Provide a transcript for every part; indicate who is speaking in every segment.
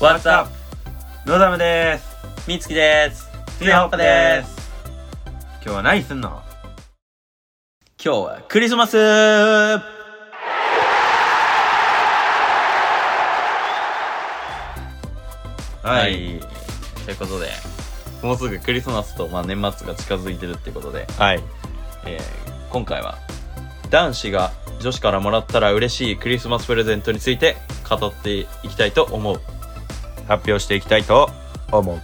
Speaker 1: What's up?
Speaker 2: ノダムです
Speaker 1: みつきです。
Speaker 2: スネホッパです今日は何すんの
Speaker 1: 今日はクリスマスは。
Speaker 2: はい
Speaker 1: ということで、もうすぐクリスマスと、まあ、年末が近づいてるってことで、
Speaker 2: はい
Speaker 1: えー今回は男子が女子からもらったら嬉しいクリスマスプレゼントについて語っていきたいと思う。
Speaker 2: 発表していきたいと思う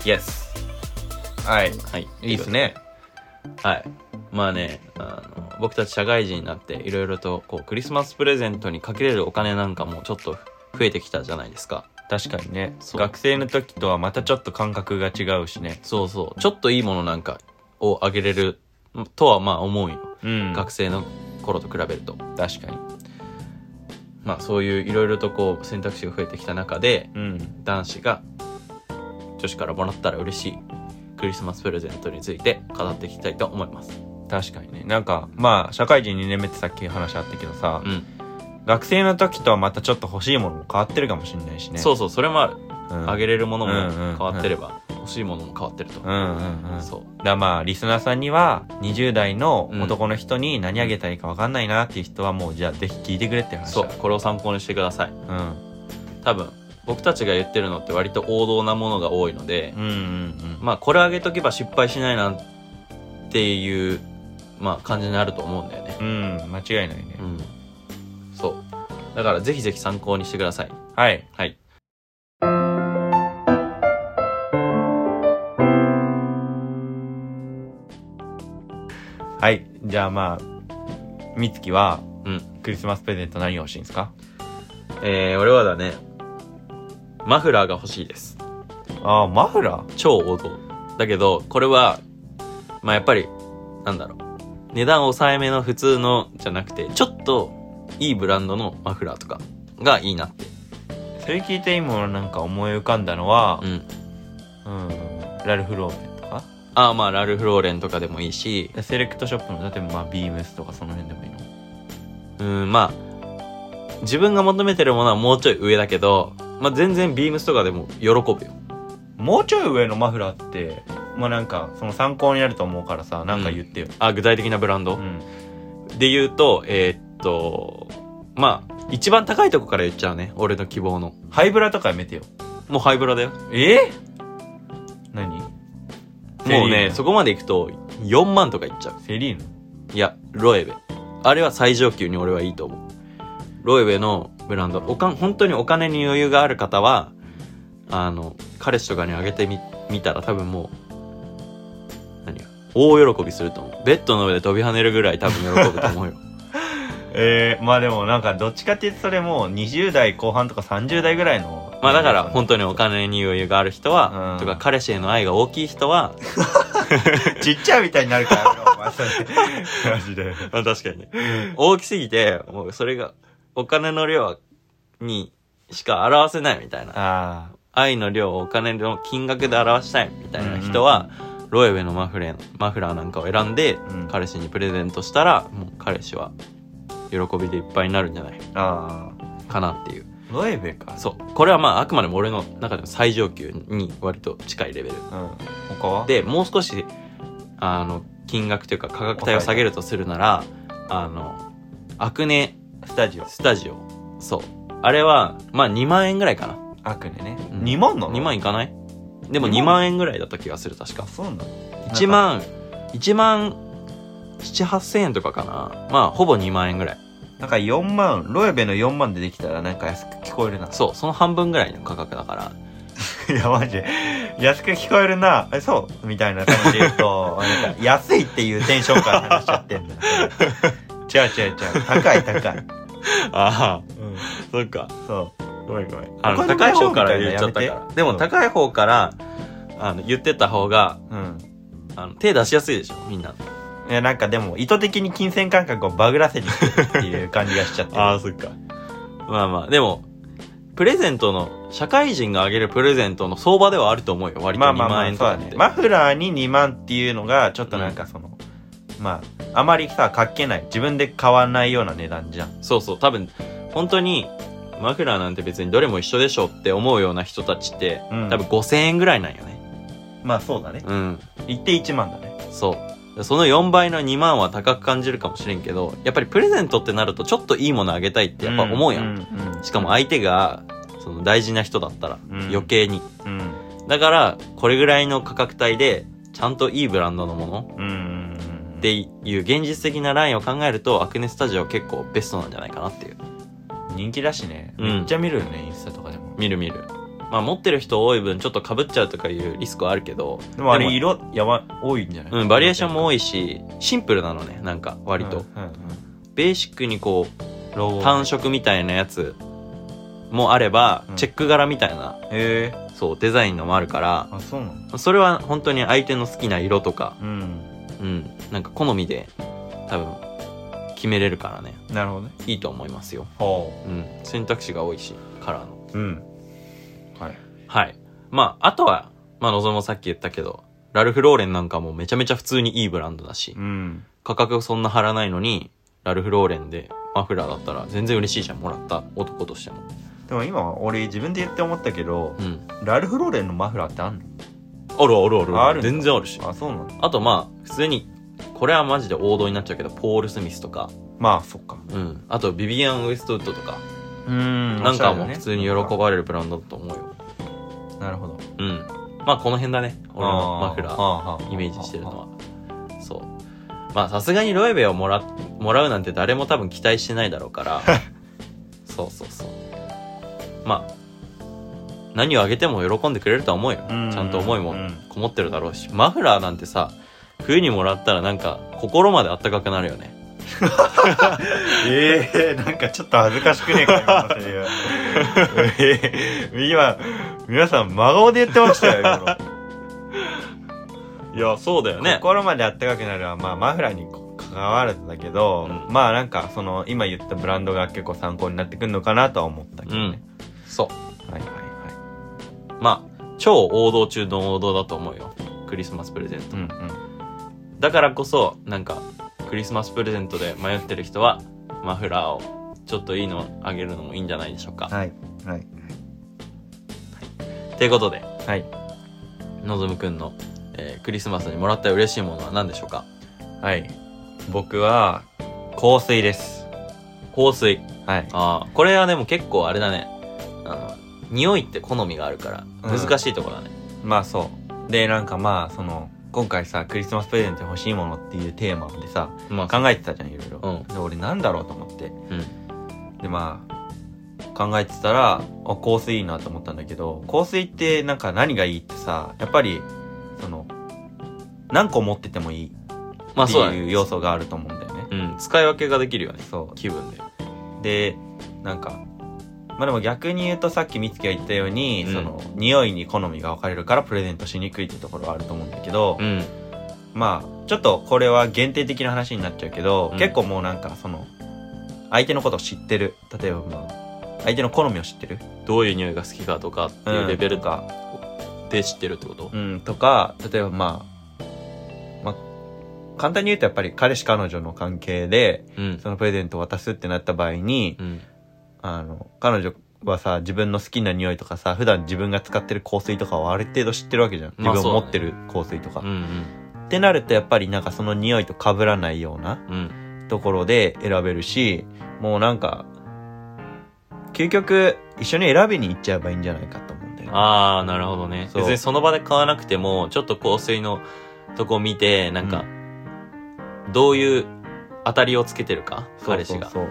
Speaker 1: Yes。
Speaker 2: はい
Speaker 1: はい。
Speaker 2: いいっすね
Speaker 1: はい。まあね、あの僕たち社会人になっていろいろとこうクリスマスプレゼントにかけれるお金なんかもちょっと増えてきたじゃないですか。
Speaker 2: 確かにね
Speaker 1: そう
Speaker 2: 学生の時とはまたちょっと感覚が違うしね
Speaker 1: そうそう。ちょっといいものなんかをあげれるとはまあ思うよ。
Speaker 2: うん
Speaker 1: 学生の頃と比べると。
Speaker 2: 確かに
Speaker 1: まあそういういろいろとこう選択肢が増えてきた中で、
Speaker 2: うん
Speaker 1: 男子が女子からもらったら嬉しいクリスマスプレゼントについて語っていきたいと思います。
Speaker 2: 確かにねなんかまあ社会人2年目ってさっき話あったけどさ、
Speaker 1: うん。
Speaker 2: 学生の時とはまたちょっと欲しいものも変わってるかもしれないしね、
Speaker 1: そううそう、それもある。
Speaker 2: うん、
Speaker 1: あげれるものも
Speaker 2: うんうんうん
Speaker 1: 変わってれば、欲しいものも変わってると。
Speaker 2: うんうんうん
Speaker 1: そう。
Speaker 2: だからまあリスナーさんには20代の
Speaker 1: うん
Speaker 2: 男の人に何あげたらいいか分かんないなっていう人はもうじゃあぜひ聞いてくれって話だ
Speaker 1: そう、これを参考にしてください。
Speaker 2: うん
Speaker 1: 多分、僕たちが言ってるのって割と王道なものが多いので
Speaker 2: う、んうん
Speaker 1: まあ、これあげとけば失敗しないなっていう、まあ、感じになると思うんだよね。
Speaker 2: うんうん間違いないね
Speaker 1: うん。そう。だから、ぜひぜひ参考にしてください。
Speaker 2: はい
Speaker 1: はい。
Speaker 2: はいじゃあまあみつきは
Speaker 1: うん。
Speaker 2: クリスマスプレゼント何が欲しいんですか
Speaker 1: えー、俺はだね、マフラーが欲しいです。
Speaker 2: ああマフラー
Speaker 1: 超王道。だけど、これは、まあやっぱり、なんだろう。値段抑えめの普通のじゃなくて、ちょっといいブランドのマフラーとかがいいなって。
Speaker 2: それ聞いて今なんか思い浮かんだのは
Speaker 1: う、ん。
Speaker 2: うん、ラルフローメンとか
Speaker 1: ああまあ、ラルフローレンとかでもいいし、
Speaker 2: セレクトショップの例えばまあビームスとかその辺でもいいの
Speaker 1: うん、まあ、自分が求めてるものはもうちょい上だけど、まあ全然ビームスとかでも喜ぶよ。
Speaker 2: もうちょい上のマフラーってまあなんかその参考になると思うからさなんか言ってよ、
Speaker 1: あ、具体的なブランド、で言うと、えーっと、まあ、一番高いとこから言っちゃうね。俺の希望の。
Speaker 2: ハイブラとかやめてよ
Speaker 1: もうハイブラだよ。
Speaker 2: え何
Speaker 1: もうね、そ
Speaker 2: そ
Speaker 1: こまで行くと4万とかいっちゃう。
Speaker 2: セリーヌ
Speaker 1: いや、ロエベ。あれは最上級に俺はいいと思う。ロエベのブランド。おかん、本当にお金に余裕がある方は、あの、彼氏とかにあげてみ、見たら多分もう、何が大喜びすると思う。ベッドの上で飛び跳ねるぐらい多分喜ぶと思う よ。
Speaker 2: えー、まあでもなんかどっちかっていうとそれもう20代後半とか30代ぐらいの
Speaker 1: まあだから
Speaker 2: ほん
Speaker 1: 本当にお金に余裕がある人は、
Speaker 2: うん
Speaker 1: とか彼氏への愛が大きい人は、
Speaker 2: ちっちゃいみたいになるからやめろお前それ マジで
Speaker 1: まあ 確かにね。大きすぎて、もうそれが、お金の量にしか表せないみたいな。
Speaker 2: あ
Speaker 1: 愛の量をお金の金額で表したいみたいな人は、ロエベのマフレマフラーなんかを選んで、
Speaker 2: うん
Speaker 1: 彼氏にプレゼントしたら、もう彼氏は喜びでいっぱいになるんじゃない
Speaker 2: ーあ
Speaker 1: かなっていう。
Speaker 2: ーロエベか
Speaker 1: そう。これはまああくまでも俺の中でも最上級に割と近いレベル。
Speaker 2: うん他は
Speaker 1: で、もう少し、あの、金額というか価格帯を下げるとするなら、あの、アクネ
Speaker 2: スタジオ
Speaker 1: スタジオ。そう。あれは、まあ2万円ぐらいかな。
Speaker 2: アクネね、
Speaker 1: うん
Speaker 2: 2万なの
Speaker 1: 2万いかないでも
Speaker 2: 2
Speaker 1: 2
Speaker 2: 万
Speaker 1: 万円ぐらいだった気がする、確か。
Speaker 2: そうなの
Speaker 1: 1万、1万7、8千円とかかな。まあ、ほぼ2万円ぐらい。
Speaker 2: なんか4万ロエベの4万でできたらなんか安く聞こえるな
Speaker 1: そう、その半分ぐらいの価格だから。
Speaker 2: いやマジで安く聞こえるなえそうみたいな感じで言う となんか安いっていうテンションから話しちゃってんだよ違う違う違う高い高い、
Speaker 1: ああ、そっか。
Speaker 2: そうごめんごめん
Speaker 1: あの、
Speaker 2: お金
Speaker 1: 高い
Speaker 2: の
Speaker 1: 方
Speaker 2: 勝負
Speaker 1: から
Speaker 2: み
Speaker 1: 言っ
Speaker 2: た
Speaker 1: ち
Speaker 2: いな
Speaker 1: ゃ
Speaker 2: の
Speaker 1: ったから
Speaker 2: や。めて
Speaker 1: でも
Speaker 2: そう
Speaker 1: 高い方から、あの、言ってった方が、
Speaker 2: うん
Speaker 1: あの、手出しやすいでしょ、みんな。
Speaker 2: いやなんかでも意図的に金銭感覚をバグらせに来てるっていう感じがしちゃってる
Speaker 1: そっか。まあまあ、でも、プレゼントの、社会人があげるプレゼントの相場ではあると思うよ。割と
Speaker 2: まあ
Speaker 1: 2
Speaker 2: まあま
Speaker 1: 万
Speaker 2: あそ
Speaker 1: 円
Speaker 2: う
Speaker 1: とか
Speaker 2: だ
Speaker 1: って。
Speaker 2: ねマフラーに2万っていうのがちょっとなんかその、まああまりさかっけない自分で買わないような値段じゃん
Speaker 1: そうそう、多分、本当に、マフラーなんて別にどれも一緒でしょって思うような人たちって、
Speaker 2: うん
Speaker 1: 多分5000円ぐらいなんよね。
Speaker 2: まあそうだね
Speaker 1: うん。
Speaker 2: 一定1万だね
Speaker 1: そう。その4倍の2万は高く感じるかもしれんけど、やっぱりプレゼントってなるとちょっといいものあげたいってやっぱ思うやん。
Speaker 2: ん
Speaker 1: しかも相手が、その大事な人だったら
Speaker 2: うん
Speaker 1: 余計に。
Speaker 2: うん
Speaker 1: だから、これぐらいの価格帯で、ちゃんといいブランドのもの
Speaker 2: うんうんうん
Speaker 1: っていう現実的なラインを考えると、アクネスタジオ結構ベストなんじゃないかなっていう。
Speaker 2: 人気だしね
Speaker 1: うん
Speaker 2: めっちゃ見るよねインスタとかでも
Speaker 1: 見る見る。まあ持ってる人多い分ちょっと被っちゃうとかいうリスクはあるけど、
Speaker 2: でもあれ
Speaker 1: でも
Speaker 2: 色やば多いんじゃない
Speaker 1: うん、バリエーションも多
Speaker 2: い
Speaker 1: いし、シンプルなのね、なんか割と。ベーシックにこう、
Speaker 2: ロゴ
Speaker 1: 単色みたいなやつもあれば
Speaker 2: うん、
Speaker 1: チェック柄みたいな、
Speaker 2: へえ
Speaker 1: そう、デザインのもあるから、
Speaker 2: あそうなの
Speaker 1: それは本当に相手の好きな色とか、
Speaker 2: うん
Speaker 1: うん、なんか好みで多分決めれるからね
Speaker 2: なるほどね
Speaker 1: いいと思いますよ、
Speaker 2: ほ
Speaker 1: うん、選択肢が多いしカラーの
Speaker 2: ううんはい
Speaker 1: はいまああとはまあのぞもさっき言ったけどラルフ・ローレンなんかもめちゃめちゃ普通にいいブランドだし
Speaker 2: うん
Speaker 1: 価格そんな張らないのにラルフ・ローレンでマフラーだったら全然嬉しいじゃんもらった男としても
Speaker 2: でも今俺自分で言って思ったけど
Speaker 1: うん
Speaker 2: ラルフ・ローレンのマフラーってあん
Speaker 1: あるあるある
Speaker 2: あるんだ
Speaker 1: 全然あるし
Speaker 2: のあそうなの
Speaker 1: あとまあ普通にこれはマジで王道になっちゃうけどポール・スミスとか、
Speaker 2: まあそっか
Speaker 1: うん、あとビビアン・ウエストウッドとか
Speaker 2: うん
Speaker 1: なんかも普通に喜ばれるブランドだと思うよ
Speaker 2: なるほど
Speaker 1: うん。まあこの辺だね。俺のマフラー、
Speaker 2: ー
Speaker 1: イメージしてるのは。そう。まあさすがにロエベをもら、もらうなんて誰も多分期待してないだろう から。そうそうそう。まあ、何をあげても喜んでくれるとは思うよ。ち
Speaker 2: うん
Speaker 1: ゃんと思いも
Speaker 2: うん
Speaker 1: こもってるだろうし。マフラーなんてさ、冬にもらったらなんか心まであったかくなるよね。
Speaker 2: ええなんかちょっと恥ずかしくねえか今のセリフえ え今皆さん真顔で言ってましたよ今の
Speaker 1: いや、そうだよ
Speaker 2: 心まであったかくなるは、まあ、マフラーに関わらずだけど、
Speaker 1: うん
Speaker 2: まあなんかその今言ったブランドが結構参考になってくるのかなとは思ったけ
Speaker 1: う
Speaker 2: どね
Speaker 1: ん、。そう。
Speaker 2: はいはいは
Speaker 1: まあ、超王道中の王道だと思うよ。クリスマスプレゼント
Speaker 2: い、。うんうん、
Speaker 1: だからこそなんかクリスマスプレゼントで迷ってる人はマフラーをちょっといいのあげるのもいいんじゃないでしょうか。
Speaker 2: はいはい
Speaker 1: ということで
Speaker 2: はい
Speaker 1: のぞむくんの、えークリスマスにもらった嬉しいものは何でしょうか
Speaker 2: はい僕は香水です
Speaker 1: 香水
Speaker 2: はい
Speaker 1: ああこれはでも結構あれだねあの匂いって好みがあるから
Speaker 2: うん
Speaker 1: 難しいところだね、
Speaker 2: まあそうでなんかまあその今回さクリスマスプレゼントに欲しいものっていうテーマでさ
Speaker 1: まあ
Speaker 2: 考えてたじゃんいろいろ、
Speaker 1: うん
Speaker 2: で俺なんだろうと思って
Speaker 1: うん
Speaker 2: でまあ考えてたらあ香水いいなと思ったんだけど香水ってなんか何がいいってさやっぱりその何個持っててもいい
Speaker 1: まあ
Speaker 2: って
Speaker 1: そうだ
Speaker 2: いう
Speaker 1: ね
Speaker 2: 要素があると思うんだよね。
Speaker 1: うん使い分けができるよね
Speaker 2: そ
Speaker 1: 気分で
Speaker 2: うでなんかまあでも逆に言うとさっき美月が言ったように、
Speaker 1: うん
Speaker 2: その匂いに好みが分かれるからプレゼントしにくいってところはあると思うんだけど、
Speaker 1: うん
Speaker 2: まあちょっとこれは限定的な話になっちゃうけど、
Speaker 1: うん
Speaker 2: 結構もうなんかその相手のことを知ってる例えばまあ相手の好みを知ってる
Speaker 1: どういう匂いが好きかとかっていうレベル
Speaker 2: とか
Speaker 1: で知ってるってこと
Speaker 2: うん、とか、例えばまあ、まあ、簡単に言うとやっぱり彼氏彼女の関係で、
Speaker 1: うん
Speaker 2: そのプレゼントを渡すってなった場合に、
Speaker 1: うん
Speaker 2: あの、彼女はさ、自分の好きな匂いとかさ、普段自分が使ってる香水とかをある程度知ってるわけじゃん。自
Speaker 1: まあ
Speaker 2: 分
Speaker 1: そう
Speaker 2: 持
Speaker 1: だね
Speaker 2: ってる香水とか。
Speaker 1: うんうん
Speaker 2: ってなるとやっぱりなんかその匂いと被らないような
Speaker 1: うん
Speaker 2: ところで選べるし、もうなんか、究極一緒に選びに行っちゃえばいいんじゃないかと思うんだよね。
Speaker 1: ああなるほどね
Speaker 2: そう
Speaker 1: 別にその場で買わなくてもちょっと香水のとこ見てなんか、
Speaker 2: う
Speaker 1: どういう当たりをつけてるか
Speaker 2: そう
Speaker 1: 彼
Speaker 2: そ
Speaker 1: 氏
Speaker 2: う
Speaker 1: が
Speaker 2: そう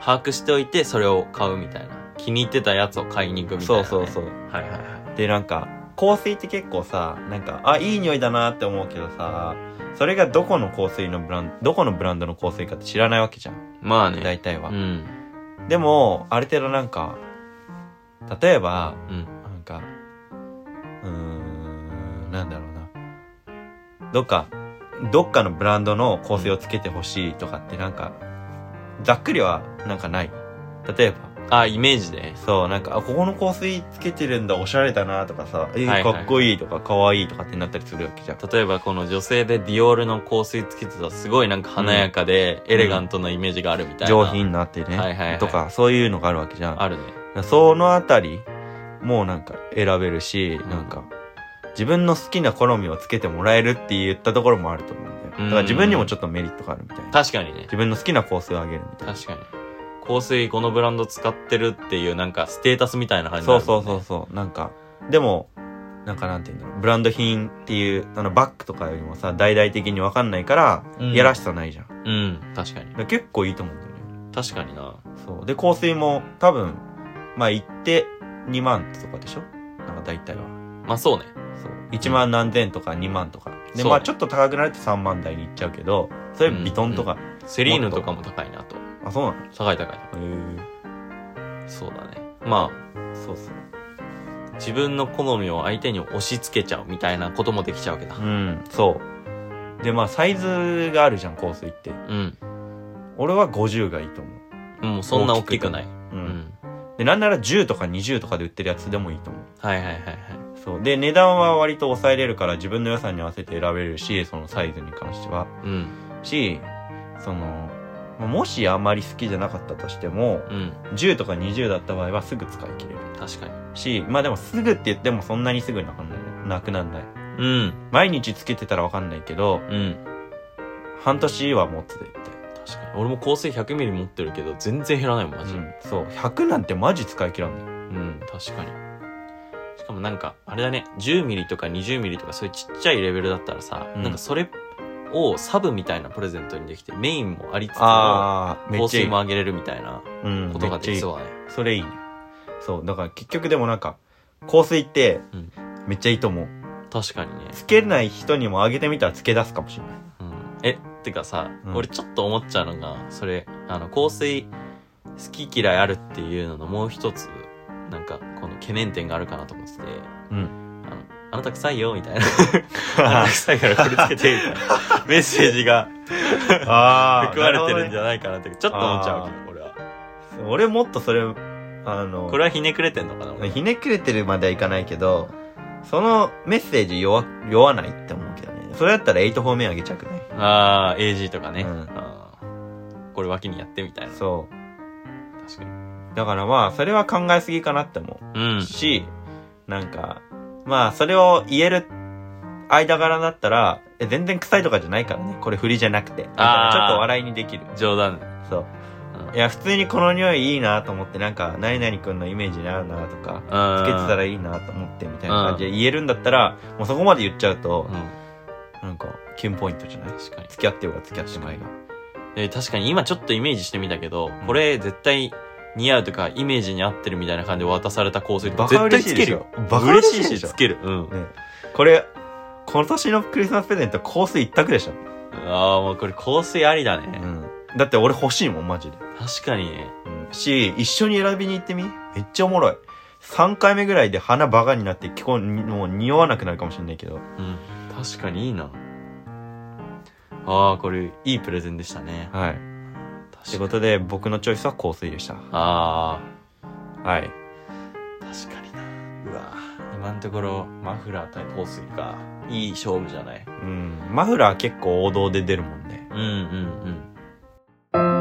Speaker 1: 把握しておいてそれを買うみたいな気に入ってたやつを買いに行くみたい
Speaker 2: そ
Speaker 1: な、
Speaker 2: う
Speaker 1: ね、
Speaker 2: そうそう。
Speaker 1: はいはいは
Speaker 2: でなんか香水って結構さなんかあいい匂いだなって思うけどさそれがどこの香水のブランドどこのブランドの香水かって知らないわけじゃん
Speaker 1: いまあね
Speaker 2: 大体は、
Speaker 1: うん
Speaker 2: でもある程度なんか例えば
Speaker 1: うん
Speaker 2: なんかうーんなんだろうなどっかどっかのブランドの香水をつけてほしいとかってなんかざっくりはなんかない例えば
Speaker 1: あイメージで
Speaker 2: そうなんかあここの香水つけてるんだおしゃれだなとかさ、えー
Speaker 1: はいはい
Speaker 2: かっこいいとかかわいいとかってなったりするわけじゃん
Speaker 1: 例えばこの女性でディオールの香水つけてたらすごいなんか華やかでエレガントなイメージがあるみたいな、
Speaker 2: 上品になってね、
Speaker 1: はいはいはい
Speaker 2: とかそういうのがあるわけじゃん
Speaker 1: あるね
Speaker 2: らそのあたりもうなんか選べるし、
Speaker 1: うん
Speaker 2: なんか自分の好きな好みをつけてもらえるって言ったところもあると思うんだよだから自分にもちょっとメリットがあるみたいな
Speaker 1: 確かにね
Speaker 2: 自分の好きな香水をあげるみたいな
Speaker 1: 確かに香水このブランド使ってるっていうなんかステータスみたいな感じに
Speaker 2: そ
Speaker 1: な
Speaker 2: う
Speaker 1: る
Speaker 2: そうそうそうなんかでもなんかなんていうんだろうブランド品っていうあのバッグとかよりもさ大々的に分かんないから、
Speaker 1: うん
Speaker 2: やらしさないじゃんだか
Speaker 1: うん確かに
Speaker 2: ら結構いいと思うんだよね
Speaker 1: 確かにな
Speaker 2: そうで香水も多分まあ行って2万とかでしょなんか大体は
Speaker 1: まあそうね
Speaker 2: そう1万何千とか2万とかで、
Speaker 1: そう
Speaker 2: まあちょっと高くなると3万台に行っちゃうけどそれビトンとか、
Speaker 1: セリーヌとかも高いなと
Speaker 2: あそうなの
Speaker 1: 高い高い
Speaker 2: へ
Speaker 1: そうだねまあ
Speaker 2: えそうそう
Speaker 1: 自分の好みを相手に押し付けちゃうみたいなこともできちゃうわけだ
Speaker 2: うんそうでまあサイズがあるじゃん香水って
Speaker 1: うん、
Speaker 2: 俺は50がいいと思う
Speaker 1: もうそんな大きくない
Speaker 2: うん、
Speaker 1: うん
Speaker 2: でなんなら10とか20とかで売ってるやつでもいいと思う
Speaker 1: はいはいはいはい
Speaker 2: そうで値段は割と抑えれるから自分の予算に合わせて選べるしそのサイズに関しては
Speaker 1: うん
Speaker 2: しそのまあもしあんまり好きじゃなかったとしても
Speaker 1: うん
Speaker 2: 10とか20だった場合はすぐ使い切れる
Speaker 1: 確かに
Speaker 2: しまあでもすぐって言ってもそんなにすぐなくなんないなくなんない
Speaker 1: うん
Speaker 2: 毎日つけてたらわかんないけど
Speaker 1: うん
Speaker 2: 半年は持つで絶
Speaker 1: 確かに俺も香水 100ml 持ってるけど全然減らないもんマ
Speaker 2: 対、
Speaker 1: ジ、
Speaker 2: うん、そう100なんてマジ使い切らんない
Speaker 1: うん、確かに。しかもなんか、あれだね、10ミリとか20ミリとかそういうちっちゃいレベルだったらさ、
Speaker 2: うん
Speaker 1: なんかそれをサブみたいなプレゼントにできて、メインもありつつ、香
Speaker 2: あー
Speaker 1: 水
Speaker 2: い
Speaker 1: もあげれるみたいな
Speaker 2: うん
Speaker 1: ことができ
Speaker 2: めっちゃいい
Speaker 1: そうだね。
Speaker 2: それいいねそうだから結局でもなんか香水って
Speaker 1: うん
Speaker 2: めっちゃいいと思う
Speaker 1: 確かにね。
Speaker 2: つけない人にもあげてみたらつけ出すかもしれない
Speaker 1: うん、え、てかさ、
Speaker 2: うん
Speaker 1: 俺ちょっと思っちゃうのが、それ、あの、香水好き嫌いあるっていうののもう一つ、なんか、この懸念点があるかなと思ってて、
Speaker 2: う
Speaker 1: あ
Speaker 2: ん
Speaker 1: の、あなた臭いよ、みたいな。あなた 臭いからこれつけて、みたいな。メッセージが。
Speaker 2: あ
Speaker 1: 含まれてるんじ
Speaker 2: ゃ
Speaker 1: ゃないかなってちょっと思っちゃうわけよ俺は
Speaker 2: 俺もっとそれあの
Speaker 1: これはひねくれてんのかな俺
Speaker 2: ひねくれてるまではいかないけどそのメッセージ弱酔わないって思うけどねそれだったら8方面あげちゃくない
Speaker 1: ああ AG とかね、
Speaker 2: うん
Speaker 1: あーこれ脇にやってみたいな
Speaker 2: そ
Speaker 1: 確かに
Speaker 2: うだからまあそれは考えすぎかなって思
Speaker 1: うん
Speaker 2: うし、なんかまあそれを言える間柄だったらえ全然臭いとかじゃないからねこれ振りじゃなくてだから
Speaker 1: あー
Speaker 2: ちょっと笑いにできる
Speaker 1: 冗談
Speaker 2: そう
Speaker 1: うん
Speaker 2: いや普通にこの匂いいいなと思ってなんか何々くんのイメージに合うなとかつけてたらいいなと思ってみたいな感じで言えるんだったらもうそこまで言っちゃうと
Speaker 1: うん、
Speaker 2: なんかキュンポイントじゃない
Speaker 1: 確かに
Speaker 2: 付き合ってようが付き合ってまいが
Speaker 1: えー確かに今ちょっとイメージしてみたけどこれ絶対似合うとかイメージに合ってるみたいな感じで渡された香水
Speaker 2: バカ
Speaker 1: 絶
Speaker 2: 嬉
Speaker 1: 対
Speaker 2: しい
Speaker 1: つ
Speaker 2: で
Speaker 1: け
Speaker 2: し
Speaker 1: る
Speaker 2: ょ
Speaker 1: よ
Speaker 2: バカ嬉しいでしょ
Speaker 1: つけるうん
Speaker 2: ねこれ今年のクリスマスプレゼント香水一択でしょ、
Speaker 1: ああもうこれ香水ありだね、
Speaker 2: だって俺欲しいもんマジで、
Speaker 1: 確かにね
Speaker 2: し一緒に選びに行ってみめっちゃおもろい3回目ぐらいで鼻バカになって聞こもう匂わなくなるかもしれないけど
Speaker 1: うん確かにいいなああこれいいプレゼンでしたね
Speaker 2: はいという
Speaker 1: 確
Speaker 2: こ
Speaker 1: かに
Speaker 2: とで僕のチョイスは香水でした
Speaker 1: あ
Speaker 2: はい
Speaker 1: あ確かになうわー今のところマフラー対香水かいい勝負じゃない
Speaker 2: うんマフラー結構王道で出るもんね
Speaker 1: うんうん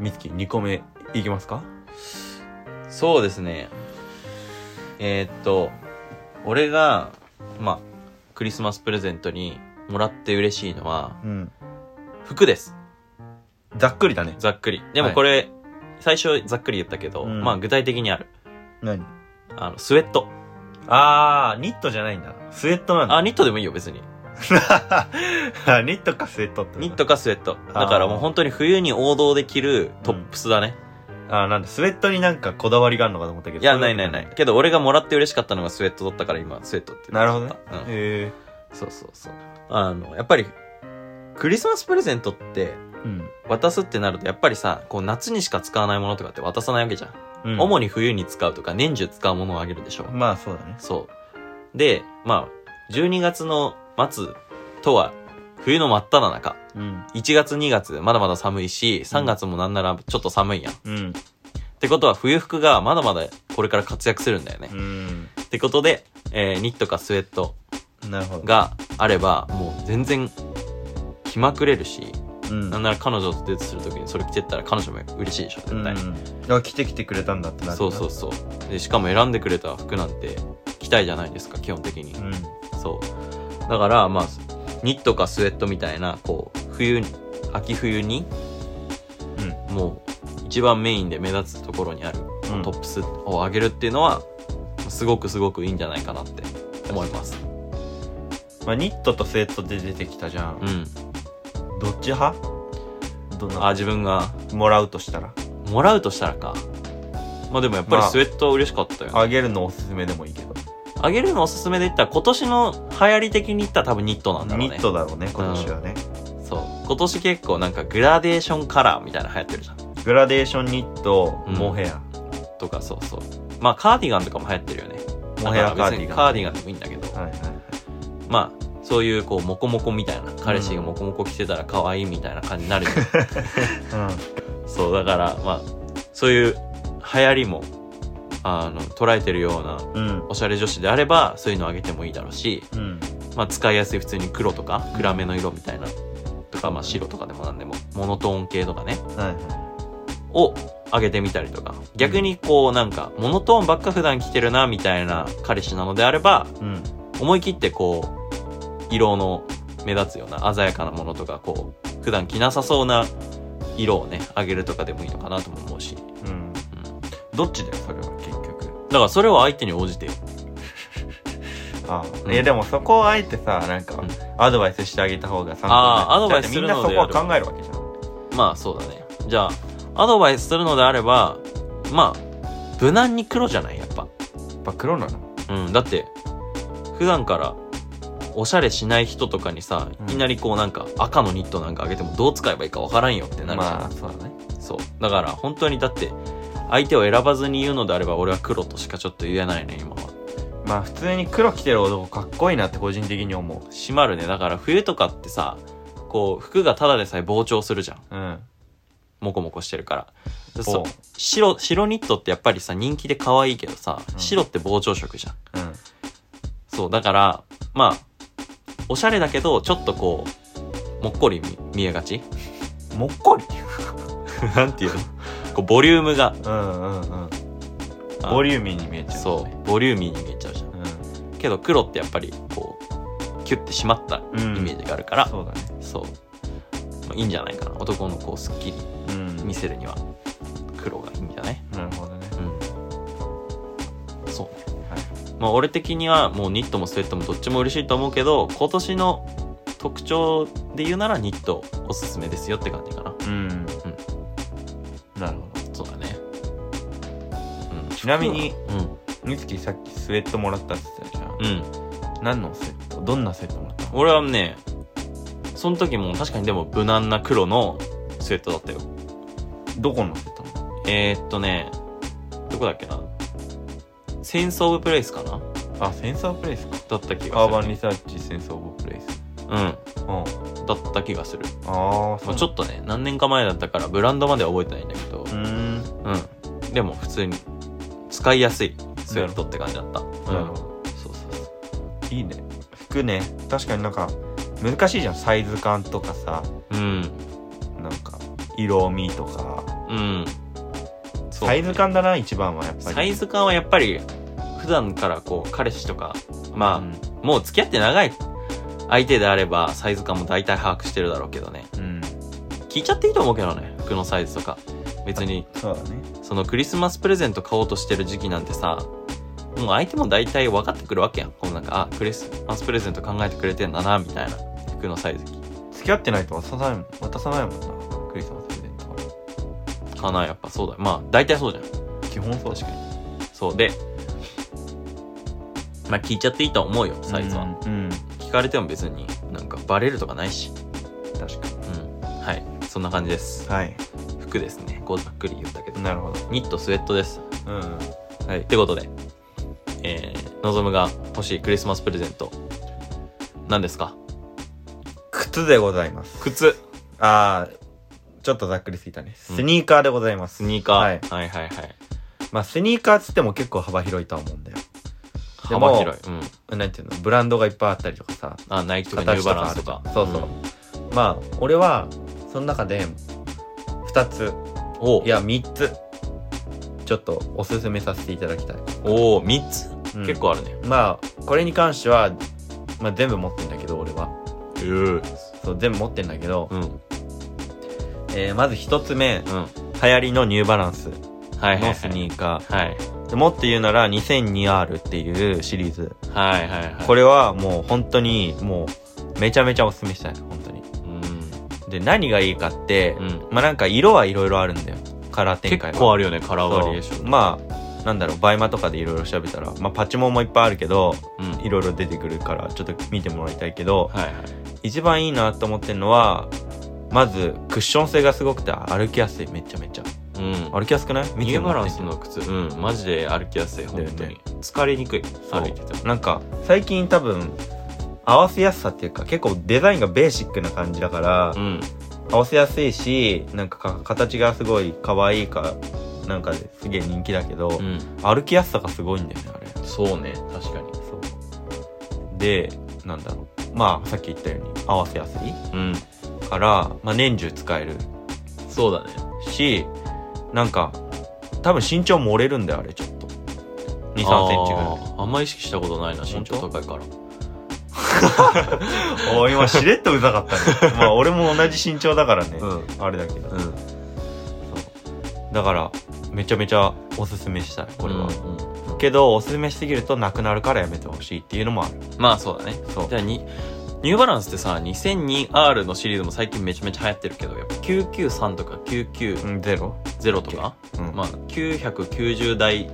Speaker 2: みつき2個目いきますか
Speaker 1: うんそうですねえーっと俺がまあクリスマスプレゼントにもらって嬉しいのは
Speaker 2: うん
Speaker 1: 服です
Speaker 2: ざっくりだね
Speaker 1: ざっくりでも
Speaker 2: はい
Speaker 1: これ、最初ざっくり言ったけど、
Speaker 2: うん
Speaker 1: まあ具体的にある
Speaker 2: 何
Speaker 1: あのスウェット
Speaker 2: あーニットじゃないんだスウェットなんだ
Speaker 1: あニットでもいいよ別に
Speaker 2: ニットかスウェットって
Speaker 1: ニットかスウェット
Speaker 2: あー
Speaker 1: だからもう本当に冬に王道で着るトップスだね、
Speaker 2: あなんだスウェットになんかこだわりがあるのかと思ったけど
Speaker 1: いや、ないないない。けど、俺がもらって嬉しかったのがスウェットだったから、今、スウェットって言っ
Speaker 2: なるほど
Speaker 1: ち
Speaker 2: ね
Speaker 1: ゃった。うん。
Speaker 2: へ
Speaker 1: そうそうそう。あの、やっぱり、クリスマスプレゼントって、
Speaker 2: えうん、
Speaker 1: 渡すってなると、やっぱりさ、こう、夏にしか使わないものとかって渡さないわけじゃん。
Speaker 2: うん、
Speaker 1: 主
Speaker 2: に
Speaker 1: に冬に使うとか、年中使うものをあげるでしょ。
Speaker 2: まあそうだね
Speaker 1: そう。で、まあ、12月の末とは、冬の真っ只中。
Speaker 2: うん
Speaker 1: 1月2月、まだまだ寒いし、3月もなんならちょっと寒いやん。っ
Speaker 2: うん
Speaker 1: てことは、冬服がまだまだこれから活躍するんだよね。
Speaker 2: うん
Speaker 1: ってことで、えーニットかスウェット
Speaker 2: なるほど
Speaker 1: があればもう全然着まくれるし
Speaker 2: うん
Speaker 1: なんなら彼女とデートするときにそれ着てったら彼女も嬉しいでしょ絶対、
Speaker 2: うん、あ来て来てくれたんだってなるな
Speaker 1: そうそうそうでしかも選んでくれた服なんて着たいじゃないですか基本的に、
Speaker 2: うん
Speaker 1: そうだからまあニットかスウェットみたいなこう冬に秋冬にもう一番メインで目立つところにある
Speaker 2: うん
Speaker 1: トップスを上げるっていうのはすごくすごくいいんじゃないかなって思います
Speaker 2: まあ、ニットとスウェットで出てきたじゃん、
Speaker 1: うん
Speaker 2: どっち派どん
Speaker 1: あ
Speaker 2: な
Speaker 1: 自分が
Speaker 2: もらうとしたら
Speaker 1: もらうとしたらかまあでもやっぱり
Speaker 2: まあ
Speaker 1: スウェットは嬉しかったよね、
Speaker 2: あげるのおすすめでもいいけど、
Speaker 1: あげるのおすすめで言ったら今年の流行り的に言ったら多分ニットなんだろう
Speaker 2: ニ
Speaker 1: ね
Speaker 2: ットだろうね今年はね、
Speaker 1: そう今年結構なんかグラデーションカラーみたいなの流行ってるじゃん
Speaker 2: グラデーションニット
Speaker 1: うん
Speaker 2: モヘア、
Speaker 1: とかそうそうまあカーディガンとかも流行ってるよね
Speaker 2: モヘ
Speaker 1: だ
Speaker 2: ア
Speaker 1: か
Speaker 2: カ
Speaker 1: ら
Speaker 2: ー
Speaker 1: 別
Speaker 2: ディ
Speaker 1: に
Speaker 2: ガン
Speaker 1: カーディガンでもいいんだけど
Speaker 2: はいはいはい
Speaker 1: まあそういうこうモコモコみたいな彼氏がモコモコ着てたら可愛いみたいな感じになるじゃん、そうだからまあそういう流行りもあの捉えてるような
Speaker 2: うんうん
Speaker 1: おしゃれ女子であればそういうのあげてもいいだろうし、
Speaker 2: うん
Speaker 1: まあ、使いやすい普通に黒とか暗めの色みたいなとか、まあ、白とかでも何でもモノトーン系とかね
Speaker 2: はいは
Speaker 1: を上げてみたりとか逆にこうなんかモノトーンばっか普段着てるなみたいな彼氏なのであれば
Speaker 2: いうん
Speaker 1: 思い切ってこう色の目立つような鮮やかなものとかこう普段着なさそうな色をね上げるとかでもいいのかなとも思うし、うん
Speaker 2: うん
Speaker 1: だ
Speaker 2: どっちだよそれは結局
Speaker 1: からそれは相手に応じてよ
Speaker 2: あ
Speaker 1: うん
Speaker 2: いやでもそこをあえてさなんか
Speaker 1: うん
Speaker 2: アドバイスしてあげた方が参考になる
Speaker 1: あーアドバイスするので
Speaker 2: だってみんなそこは考えるわけじゃん
Speaker 1: まあそうだねじゃあアドバイスするのであればまあ無難に黒じゃないやっぱ
Speaker 2: やっぱ黒なの
Speaker 1: うん、だって、普段から、おしゃれしない人とかにさ、
Speaker 2: う
Speaker 1: い
Speaker 2: ん
Speaker 1: きなりこうなんか赤のニットなんかあげてもどう使えばいいかわからんよってなるじゃん、
Speaker 2: まあそうだね
Speaker 1: そう。だから本当にだって、相手を選ばずに言うのであれば俺は黒としかちょっと言えないね、今は。
Speaker 2: まあ普通に黒着てる男かっこいいなって個人的に思
Speaker 1: 閉まるね。だから冬とかってさ、こう服がただでさえ膨張するじゃん。
Speaker 2: ううん
Speaker 1: モコモコしてるから。で
Speaker 2: そ
Speaker 1: そう白、白ニットってやっぱりさ、人気で可愛いけどさ、
Speaker 2: うん
Speaker 1: 白って膨張色じゃん。
Speaker 2: ううん
Speaker 1: そう、だから、まあ、おしゃれだけど、ちょっとこう、もっこり見見えがち
Speaker 2: もっこり
Speaker 1: なんていうのこう、ボリュームが、
Speaker 2: うんうんうん
Speaker 1: あ
Speaker 2: ボリューミーに見えちゃう
Speaker 1: そう、ボリューミーに見えちゃうじゃん。
Speaker 2: う
Speaker 1: けど、黒ってやっぱり、こう、キュッて締まった
Speaker 2: ん
Speaker 1: イメージがあるから、
Speaker 2: そうだね
Speaker 1: そう。まあ、いいんじゃないかな。男の子をすっきり
Speaker 2: うん
Speaker 1: 見せるには、黒がいいんじゃない
Speaker 2: なるほどね
Speaker 1: うん。そうね。
Speaker 2: はい
Speaker 1: まあ、俺的にはもうニットもスウェットもどっちも嬉しいと思うけど今年の特徴で言うならニットおすすめですよって感じかな
Speaker 2: うんなるほ
Speaker 1: そ
Speaker 2: ど
Speaker 1: うだね、うん、
Speaker 2: ちなみに
Speaker 1: うん、
Speaker 2: 美月さっきスウェットもらったって言ってたじゃん
Speaker 1: うん、
Speaker 2: 何のスウェットどんなスウェットもらったの
Speaker 1: 俺はねその時も確かにでも無難な黒のスウェットだったよ
Speaker 2: どこのスウェットなの
Speaker 1: えー、っとねどこだっけなセンスオブプレイスかな
Speaker 2: あセンサープレイスか
Speaker 1: だった気
Speaker 2: アー
Speaker 1: が
Speaker 2: バ
Speaker 1: す
Speaker 2: ン
Speaker 1: る
Speaker 2: リサーチセンサーオブプレイス
Speaker 1: うん
Speaker 2: うん
Speaker 1: だった気がする、
Speaker 2: ああ
Speaker 1: まあ、ちょっとね何年か前だったからブランドまでは覚えてないんだけど、
Speaker 2: うーん
Speaker 1: うん。でも普通に使いやすいスウェットって感じだった。うん。
Speaker 2: なるほど
Speaker 1: そうそうそ
Speaker 2: いいね服ね確かになんか難しいじゃんサイズ感とかさ
Speaker 1: う。うん。
Speaker 2: なんか色味とか
Speaker 1: うん。そう
Speaker 2: サイズ感だな一番はやっぱり
Speaker 1: サイズ感はやっぱり普段からこう彼氏とか、
Speaker 2: う
Speaker 1: ま
Speaker 2: ん
Speaker 1: あ、もう付き合って長い相手であればサイズ感も大体把握してるだろうけどね。
Speaker 2: うん
Speaker 1: 聞いちゃっていいと思うけどね、服のサイズとか。別に、
Speaker 2: そうだね
Speaker 1: そのクリスマスプレゼント買おうとしてる時期なんてさ、もう相手も大体分かってくるわけやん。こうなんか、あ、クリスマスプレゼント考えてくれてんだな、みたいな服のサイズ
Speaker 2: 付き合ってないと渡さない渡さないもんなクリスマスプレゼントは
Speaker 1: かなやっぱそうだまあ大体そうじゃん
Speaker 2: 基本そう
Speaker 1: 確かにそうでまあ聞いちゃっていいと思うよサイズは、
Speaker 2: うん
Speaker 1: 聞かれても別になんかバレるとかないし
Speaker 2: 確かに
Speaker 1: うんはいそんな感じです
Speaker 2: はい
Speaker 1: 服ですねこうざっくり言ったけど
Speaker 2: なるほど
Speaker 1: ニットスウェットです
Speaker 2: うん
Speaker 1: はいってことでえー、のぞむが欲しいクリスマスプレゼント何ですか
Speaker 2: 靴でございます
Speaker 1: 靴
Speaker 2: ああちょっとざっくりすぎたね
Speaker 1: うん
Speaker 2: スニーカーでございます
Speaker 1: スニーカー、
Speaker 2: はい
Speaker 1: はい、はいはいはい
Speaker 2: まあスニーカーっつっても結構幅広いとは思うんだよでも
Speaker 1: 幅広いうん
Speaker 2: なんていうのブランドがいっぱいあったりとかさ
Speaker 1: あナイキとかニューバランスとか
Speaker 2: 形とかあるじゃんそうそう、まあ俺はその中で2つ
Speaker 1: おう
Speaker 2: いや3つちょっとおすすめさせていただきたい、
Speaker 1: おお3つ、
Speaker 2: うん
Speaker 1: 結構あるね
Speaker 2: まあこれに関しては、まあ、全部持ってんだけど俺は
Speaker 1: えうん
Speaker 2: そう全部持ってんだけど、
Speaker 1: うん
Speaker 2: えーまず1つ目流行りのニューバランス
Speaker 1: はいはいは
Speaker 2: の
Speaker 1: い
Speaker 2: スニーカ
Speaker 1: はい
Speaker 2: ーでもっと言うなら 2002R っていうシリーズ
Speaker 1: はいはいはい
Speaker 2: こ
Speaker 1: れ
Speaker 2: れはもう本当にもうめちゃめちゃおすすめしたい本当に
Speaker 1: うん、
Speaker 2: で何がいいかって、
Speaker 1: うん、
Speaker 2: まあなんか色はいろいろあるんだよカラー展開
Speaker 1: 結
Speaker 2: は
Speaker 1: 構あるよねカラー
Speaker 2: そう
Speaker 1: バリエーション
Speaker 2: まあなんだろうバイマとかでいろいろ調べたら、まあ、パチモンもいっぱいあるけど
Speaker 1: うんはい
Speaker 2: いろいろ出てくるからちょっと見てもらいたいけど
Speaker 1: はい
Speaker 2: 一番いいなと思ってるのはまずクッション性がすごくて歩きやすいめちゃめちゃ
Speaker 1: うん
Speaker 2: 歩きやすくない見
Speaker 1: ニ
Speaker 2: て
Speaker 1: ュー
Speaker 2: も
Speaker 1: バ
Speaker 2: ら
Speaker 1: ラ
Speaker 2: っ
Speaker 1: ン
Speaker 2: て
Speaker 1: スの靴うんマジで歩きやすい本当
Speaker 2: だよ
Speaker 1: に、
Speaker 2: ね
Speaker 1: 疲れにくい
Speaker 2: そう
Speaker 1: 歩いてても
Speaker 2: なんか最近多分合わせやすさっていうか結構デザインがベーシックな感じだから、
Speaker 1: うん
Speaker 2: 合わせやすいしなんかか形がすごい可愛いかなんかですげえ人気だけど、
Speaker 1: うん
Speaker 2: 歩きやすさがすごいんだよねあれ
Speaker 1: そうね確かに
Speaker 2: そうでなんだろうまあさっき言ったように合わせやすい
Speaker 1: うん
Speaker 2: から、まあ、年中使える
Speaker 1: そうだね
Speaker 2: しなんか多分身長も折れるんだよあれちょっと23センチぐら
Speaker 1: あーあんま意識したことないな身長
Speaker 2: 本
Speaker 1: 高いから
Speaker 2: いおー今しれっとうざか ったねまあ俺も同じ身長だからね、
Speaker 1: うん
Speaker 2: あれだけど、
Speaker 1: うん
Speaker 2: そうだからめちゃめちゃおすすめしたいこれ
Speaker 1: う
Speaker 2: は、
Speaker 1: んうん
Speaker 2: けどおすすめしすぎるとなくなるからやめてほしいっていうのもある
Speaker 1: まあそうだね
Speaker 2: そう
Speaker 1: じゃあにニューバランスってさ 2002R のシリーズも最近めちゃめちゃ流行ってるけどやっぱ993とか990
Speaker 2: うんゼロ、
Speaker 1: とか、
Speaker 2: うん
Speaker 1: まあ、990台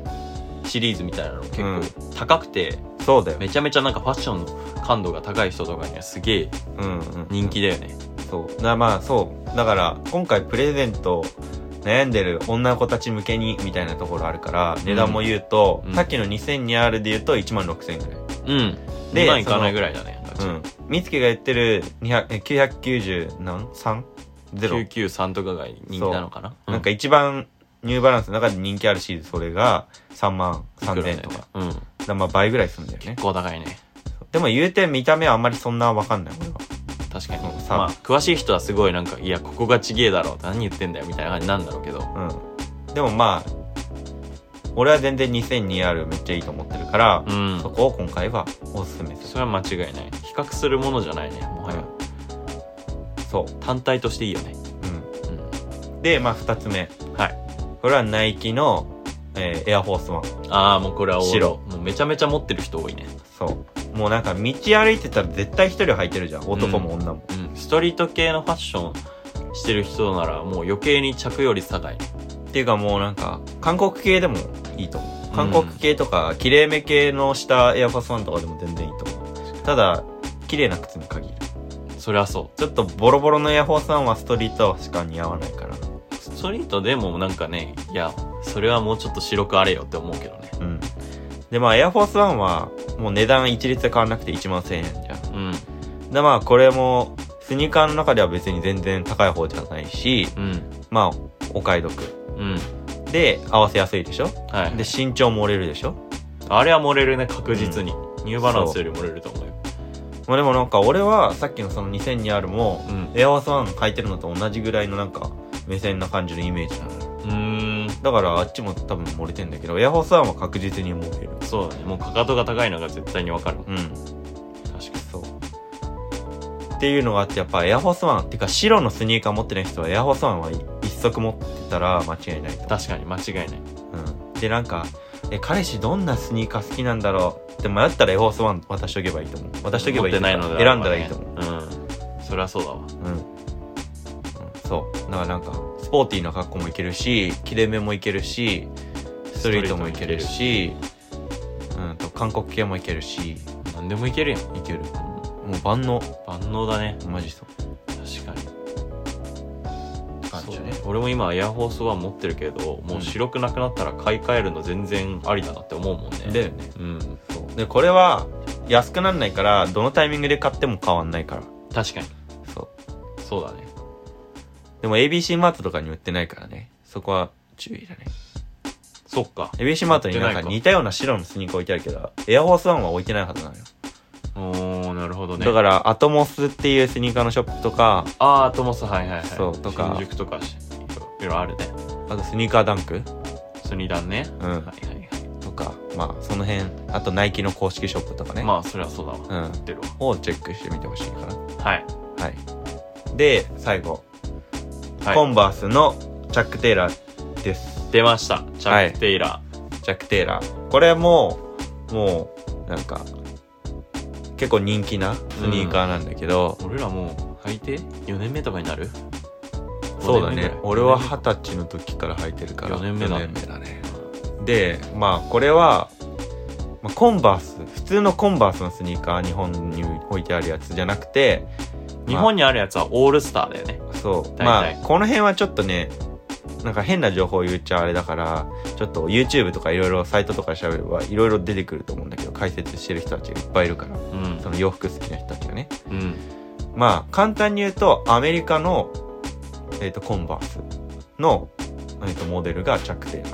Speaker 1: シリーズみたいなの結構高くて、
Speaker 2: そうだよ
Speaker 1: めちゃめちゃなんかファッションの感度が高い人とかにはすげえ
Speaker 2: うんうん
Speaker 1: 人気だよね、
Speaker 2: そうなまあそうだから今回プレゼント悩んでる女の子たち向けにみたいなところあるから値段も言うと、
Speaker 1: うん
Speaker 2: さっきの 2002R で言うと1万6000円ぐらい、
Speaker 1: うん
Speaker 2: で
Speaker 1: 2万いかないぐらいだね
Speaker 2: うん、美月が言ってる200え990何 3?0
Speaker 1: 993とかが人気なのかな
Speaker 2: なんか一番ニューバランスの中で人気あるシリーズそれが3万3000円とか,、、
Speaker 1: うんいくらだよねうん、
Speaker 2: だからまあ倍ぐらいするんだよね
Speaker 1: 結構高いね
Speaker 2: でも言うて見た目はあんまりそんな分かんない俺は
Speaker 1: 確かに、
Speaker 2: うんさ
Speaker 1: まあ詳しい人はすごいなんかいやここがちげえだろう何言ってんだよみたいな感じなんだろうけど
Speaker 2: うん。でもまあ、俺は全然 2002R めっちゃいいと思ってるから、
Speaker 1: うん
Speaker 2: そこを今回はおすすめす
Speaker 1: そ
Speaker 2: る。
Speaker 1: れは間違いない比較するものじゃないねもはや、
Speaker 2: そう。
Speaker 1: 単体としていいよね
Speaker 2: うん。で、まあ二つ目。
Speaker 1: はい
Speaker 2: これはナイキの、えーエアフォースワン。
Speaker 1: ああもうこれは多い
Speaker 2: 白
Speaker 1: もうめちゃめちゃ持ってる人多いね
Speaker 2: そう。もうなんか道歩いてたら絶対一人履いてるじゃん。男も女も。
Speaker 1: うんストリート系のファッションしてる人ならもう余計に着用率高いね
Speaker 2: っていうかもうなんか、韓国系でもいいと思う。韓国系とか、綺麗め系のしたエアフォースワンとかでも全然いいと思う。ただ、綺麗な靴に限る。
Speaker 1: そりゃそ
Speaker 2: ちょっとボロボロのエアフォースワンはストリートしか似合わないから。
Speaker 1: うストリートでもなんかねいやそれはもうちょっと白くあれよって思うけどね
Speaker 2: うん。で、まあ、エアフォースワンは、もう値段一律で変わらなくて1万1000円じゃ
Speaker 1: うん
Speaker 2: ん。で、まあ、これも、スニーカーの中では別に全然高い方じゃないし、
Speaker 1: うん
Speaker 2: まあ、お買い得。
Speaker 1: うん
Speaker 2: で、合わせやすいでしょ
Speaker 1: はい
Speaker 2: で、身長も折れるでしょ
Speaker 1: あれは漏れるね確実に、ニューバランスより漏れると思うよ
Speaker 2: まあ、でもなんか、俺は、さっきのその 2002R も
Speaker 1: う、ん
Speaker 2: エアフォースワン履いてるのと同じぐらいのなんか、目線な感じのイメージなの。
Speaker 1: うーん
Speaker 2: だから、あっちも多分漏れてんだけど、エアフォースワンは確実に漏れる。
Speaker 1: そうだねもうかかとが高いのが絶対にわかるもん
Speaker 2: うん。
Speaker 1: 確かに
Speaker 2: そう。っていうのがあって、やっぱエアフォースワン、てか白のスニーカー持ってない人はエアフォースワンは一足持ってたら間違いないと。
Speaker 1: 確かに間違いない
Speaker 2: うん。で、なんか、え、彼氏どんなスニーカー好きなんだろうって迷ったらエアフォースワン渡しとけばいいと思う。渡しとけばいい
Speaker 1: 持
Speaker 2: と
Speaker 1: って
Speaker 2: 思
Speaker 1: な
Speaker 2: う
Speaker 1: いので
Speaker 2: 選んだらいいと思う。
Speaker 1: 思ううんそりゃそうだわ
Speaker 2: うん。うんそう。だからなんか、スポーティーな格好もいけるし、切れ目もいけるし、ストリートもいけるし、うんと、韓国系もいけるし、
Speaker 1: 何でもいけるやん
Speaker 2: いける。もう万能。
Speaker 1: 万能だね
Speaker 2: マジそう。
Speaker 1: 確かに
Speaker 2: 感じ
Speaker 1: そう
Speaker 2: ね
Speaker 1: ね俺も今エアホースワン持ってるけどもう白くなくなったら買い替えるの全然ありだなって思うもんね
Speaker 2: だよね
Speaker 1: うん
Speaker 2: そうでこれは安くなんないからどのタイミングで買っても変わんないから
Speaker 1: 確かに
Speaker 2: そう
Speaker 1: そうだね
Speaker 2: でも ABC マートとかに売ってないからねそこは注意だね
Speaker 1: そっか
Speaker 2: ABC マートになん
Speaker 1: 売ってな
Speaker 2: か
Speaker 1: いか
Speaker 2: 似たような白のスニーカー置いてあるけどエアフォースワンは置いてないはずなのよ
Speaker 1: おーななるほどね
Speaker 2: だからアトモスっていうスニーカーのショップとか
Speaker 1: ああトモスはいはいはい
Speaker 2: そうとか
Speaker 1: 新宿とかしいろいろあるね
Speaker 2: あとスニーカーダンク
Speaker 1: スニダンね
Speaker 2: うん
Speaker 1: はいはいは
Speaker 2: とかまあその辺あとナイキの公式ショップとかね、
Speaker 1: いまあそれはそうだわ売
Speaker 2: うん
Speaker 1: ってる
Speaker 2: をチェックしてみてほしいかな
Speaker 1: わはい
Speaker 2: はいで最後、
Speaker 1: はい
Speaker 2: コンバースのチャック・テイラーです
Speaker 1: 出ましたチャック・テイラ
Speaker 2: ジャック・テイラー。これも、もう、なんか、結構人気なスニーカーなんだけど
Speaker 1: ー、、俺らもう履いて4年目とかになる
Speaker 2: そうだね。俺は二
Speaker 1: っ
Speaker 2: 十歳の時から履いてるから。
Speaker 1: 4年目だ
Speaker 2: 四ね。で、まあ、これは、まあコンバース、普通のコンバースのスニーカー、日本に置いてあるやつじゃなくて、
Speaker 1: 日本にあるやつはオールスターだよね
Speaker 2: そう、
Speaker 1: 大体
Speaker 2: まあ、この辺はちょっとね、なんか変な情報言っちゃあれだから、ちょっと YouTube とかいろいろサイトとかで調べればいろいろ出てくると思うんだけど、解説してる人たちがいっぱいいるから。
Speaker 1: うん
Speaker 2: その洋服好きな人たちがね。
Speaker 1: うん
Speaker 2: まあ、簡単に言うと、アメリカの、えっ、と、コンバースの、えっ、と、モデルがチャックテイラ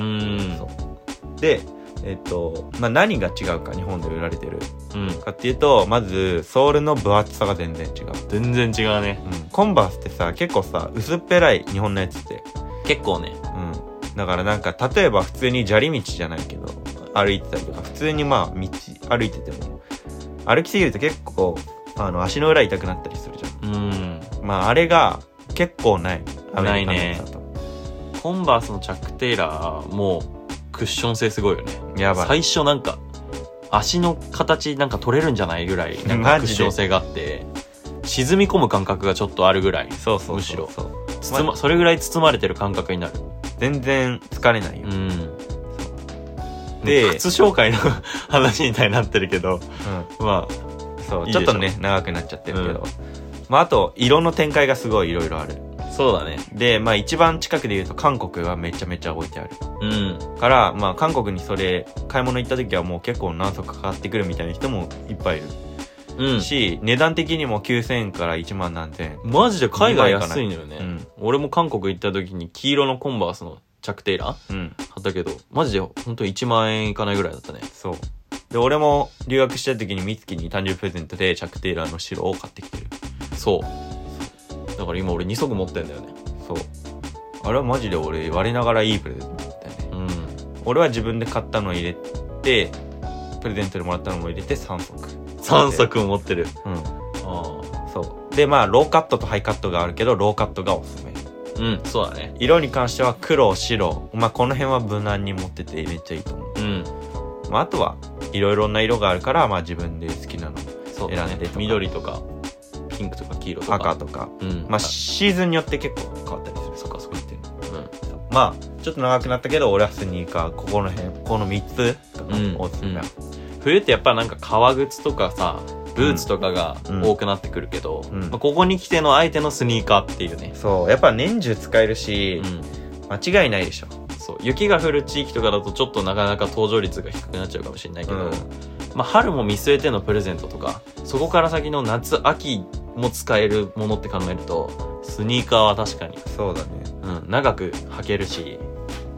Speaker 2: ー。
Speaker 1: うん
Speaker 2: そうで、えっ、と、まあ、何が違うか、日本で売られてる
Speaker 1: うん
Speaker 2: かっていうと、まず、ソールの分厚さが全然違う。
Speaker 1: 全然違うね
Speaker 2: うん。コンバースってさ、結構さ、薄っぺらい日本のやつって。
Speaker 1: 結構ね
Speaker 2: うん。だからなんか、例えば普通に砂利道じゃないけど、歩いてたりとか、普通にまあ、道、歩いてても、歩きすぎると結構、あの、足の裏痛くなったりするじゃん。
Speaker 1: うん
Speaker 2: まああれが結構ない
Speaker 1: ないね
Speaker 2: アメリカのやつだと
Speaker 1: コンバースのチャック・テイラーもクッション性すごいよね
Speaker 2: やば
Speaker 1: 最
Speaker 2: い
Speaker 1: 初なんか足の形なんか取れるんじゃないぐ らいなんか
Speaker 2: マ
Speaker 1: クッ
Speaker 2: ジで
Speaker 1: ション性があって沈み込む感覚がちょっとあるぐらい
Speaker 2: そうそうそう
Speaker 1: むしろ
Speaker 2: そう
Speaker 1: 包
Speaker 2: ま
Speaker 1: ま、それぐらい包まれてる感覚になる
Speaker 2: 全然疲れないよ、
Speaker 1: う
Speaker 2: うん
Speaker 1: ん
Speaker 2: で
Speaker 1: で靴紹介の話みたいになってるけどま
Speaker 2: そう
Speaker 1: いいでし
Speaker 2: ち
Speaker 1: ょ
Speaker 2: ょっとね長くなっちゃってるけど、まああと色の展開がすごいいろいろある
Speaker 1: あそうだね
Speaker 2: でまあ一番近くで言うと韓国がめちゃめちゃ置いてある
Speaker 1: うん
Speaker 2: からまあ韓国にそれ買い物行った時はもう結構何足かかってくるみたいな人もいっぱいい
Speaker 1: うん
Speaker 2: るし、値段的にも9000円から1万何千円
Speaker 1: マジで海外安いのよね、
Speaker 2: うん
Speaker 1: 俺も韓国行った時に黄色のコンバースのチャック・テイラー
Speaker 2: うん
Speaker 1: 買ったけどマジで本当1万円いかないぐらいだったね
Speaker 2: そう。で、俺も留学した時に美月に誕生日プレゼントでチャックテイラーの白を買ってきてる。
Speaker 1: そうだから今俺2足持ってんだよね
Speaker 2: そう。あれはマジで俺、我ながらいいプレゼントだったよね。
Speaker 1: うん
Speaker 2: 俺は自分で買ったのを入れて、プレゼントでもらったのも入れて3足。
Speaker 1: 3足持ってる
Speaker 2: うん。
Speaker 1: あ
Speaker 2: そう。で、まあ、ローカットとハイカットがあるけど、ローカットがおすすめ。
Speaker 1: あうんそうだね
Speaker 2: 色に関しては黒、白。まあ、この辺は無難に持っててめっちゃいいと思
Speaker 1: うん
Speaker 2: う。まあ、あとは、いろいろな色があるから、まあ、自分で好きなの。
Speaker 1: そうだ
Speaker 2: 選んで
Speaker 1: ね
Speaker 2: とか
Speaker 1: 緑とかピンクとか黄色とか
Speaker 2: 赤とか。
Speaker 1: うん
Speaker 2: まあ、シーズンによって結構変わったりする。
Speaker 1: そっかそっか
Speaker 2: ってる
Speaker 1: うん
Speaker 2: まあちょっと長くなったけど俺はスニーカーここの辺この3つかな、
Speaker 1: うん
Speaker 2: おすすめは
Speaker 1: 冬ってやっぱなんか革靴とかさブーツとかが
Speaker 2: うん
Speaker 1: 多くなってくるけど、
Speaker 2: うん
Speaker 1: まあ、ここに来ての相手のスニーカーっていうね、
Speaker 2: そうやっぱ年中使える
Speaker 1: う
Speaker 2: し、
Speaker 1: ん、
Speaker 2: 間違いないでしょ、
Speaker 1: そう雪が降る地域とかだとちょっとなかなか登場率が低くなっちゃうかもしれないけど、
Speaker 2: うん
Speaker 1: まあ、春も見据えてのプレゼントとかそこから先の夏秋も使えるものって考えるとスニーカーは確かに、
Speaker 2: そうだね
Speaker 1: うん、長く履けるし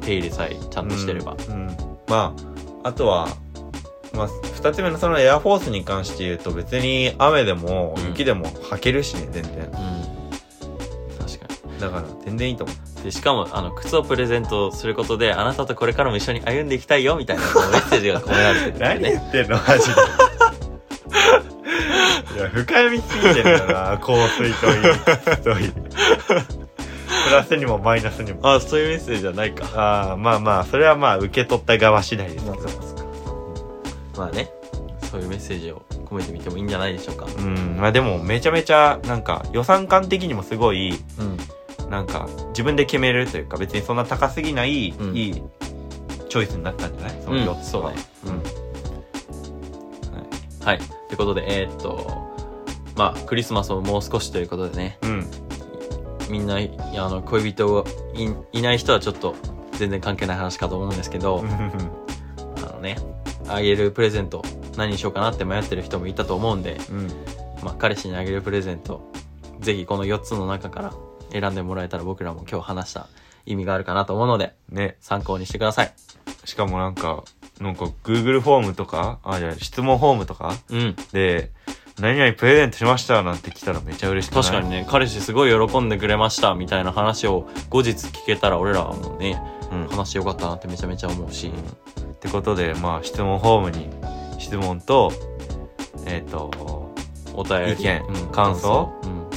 Speaker 1: 手入れさえちゃんとしてれば、
Speaker 2: うん、うんまああとはまあ、2つ目のそのエアフォースに関して言うと別に雨でも
Speaker 1: うん
Speaker 2: 雪でも履けるしね全然
Speaker 1: うん、確かに
Speaker 2: だから全然いいと思
Speaker 1: でしかもあの靴をプレゼントすることであなたとこれからも一緒に歩んでいきたいよみたいなこうメッセージが込められてるん
Speaker 2: う
Speaker 1: だよ ね
Speaker 2: ってんのマジ でいや深読みすぎてんだな香水といい プラスにもマイナスにも
Speaker 1: あそういうメッセージじゃないか
Speaker 2: ああまあまあそれはまあ受け取った側次第ですけど
Speaker 1: まあねそういうメッセージを込めてみてもいいんじゃないでしょうか
Speaker 2: うんまあでもめちゃめちゃなんか予算感的にもすごい
Speaker 1: うん
Speaker 2: なんか自分で決めれるというか別にそんな高すぎない、
Speaker 1: うん
Speaker 2: いいチョイスになったんじゃないその
Speaker 1: うん
Speaker 2: 4つ
Speaker 1: そう
Speaker 2: は、
Speaker 1: ね
Speaker 2: うんは
Speaker 1: は
Speaker 2: い
Speaker 1: い。ということで、えーっと、まあ、クリスマスももう少しということでね、
Speaker 2: うん
Speaker 1: みんな、いあの、恋人がいいない人はちょっと全然関係ない話かと思うんですけど、あのね、あげるプレゼント、何にしようかなって迷ってる人もいたと思うんで、
Speaker 2: うん
Speaker 1: まあ、彼氏にあげるプレゼント、ぜひこの4つの中から選んでもらえたら僕らも今日話した意味があるかなと思うので、
Speaker 2: ね
Speaker 1: 参考にしてください。
Speaker 2: しかもなんかなんか Google フォームとかあじゃあ質問フォームとか
Speaker 1: うん。
Speaker 2: で何々プレゼントしましたなんて来たらめちゃ嬉しくない
Speaker 1: 確かにね、彼氏すごい喜んでくれましたみたいな話を後日聞けたら俺らはもうね、
Speaker 2: うん、
Speaker 1: 話してよかったなってめちゃめちゃ思うし、
Speaker 2: ってことでまあ質問ホームに質問とえっ、と
Speaker 1: お便り
Speaker 2: 意見
Speaker 1: うん
Speaker 2: 感想
Speaker 1: うん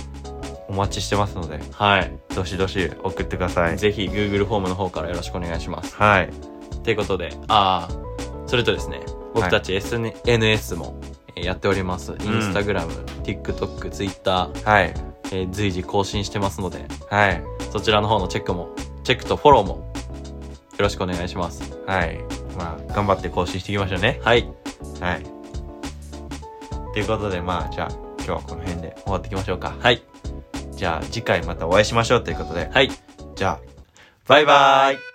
Speaker 2: お待ちしてますので
Speaker 1: はい、
Speaker 2: どしどし送ってください
Speaker 1: ぜひ Google フォームの方からよろしくお願いします
Speaker 2: はい
Speaker 1: ということでああそれとですね僕たち SNS もえーやっております、InstagramTikTokTwitter、
Speaker 2: は
Speaker 1: え
Speaker 2: い
Speaker 1: ー随時更新してますので
Speaker 2: はい
Speaker 1: そちらの方のチェックもチェックとフォローもよろしくお願いします
Speaker 2: はいまあ頑張って更新していきましょうね
Speaker 1: はい
Speaker 2: はいということでまあじゃあ今日はこの辺で終わっていきましょうか
Speaker 1: はい
Speaker 2: じゃあ次回またお会いしましょうということで
Speaker 1: はい
Speaker 2: じゃあ
Speaker 1: バイバイ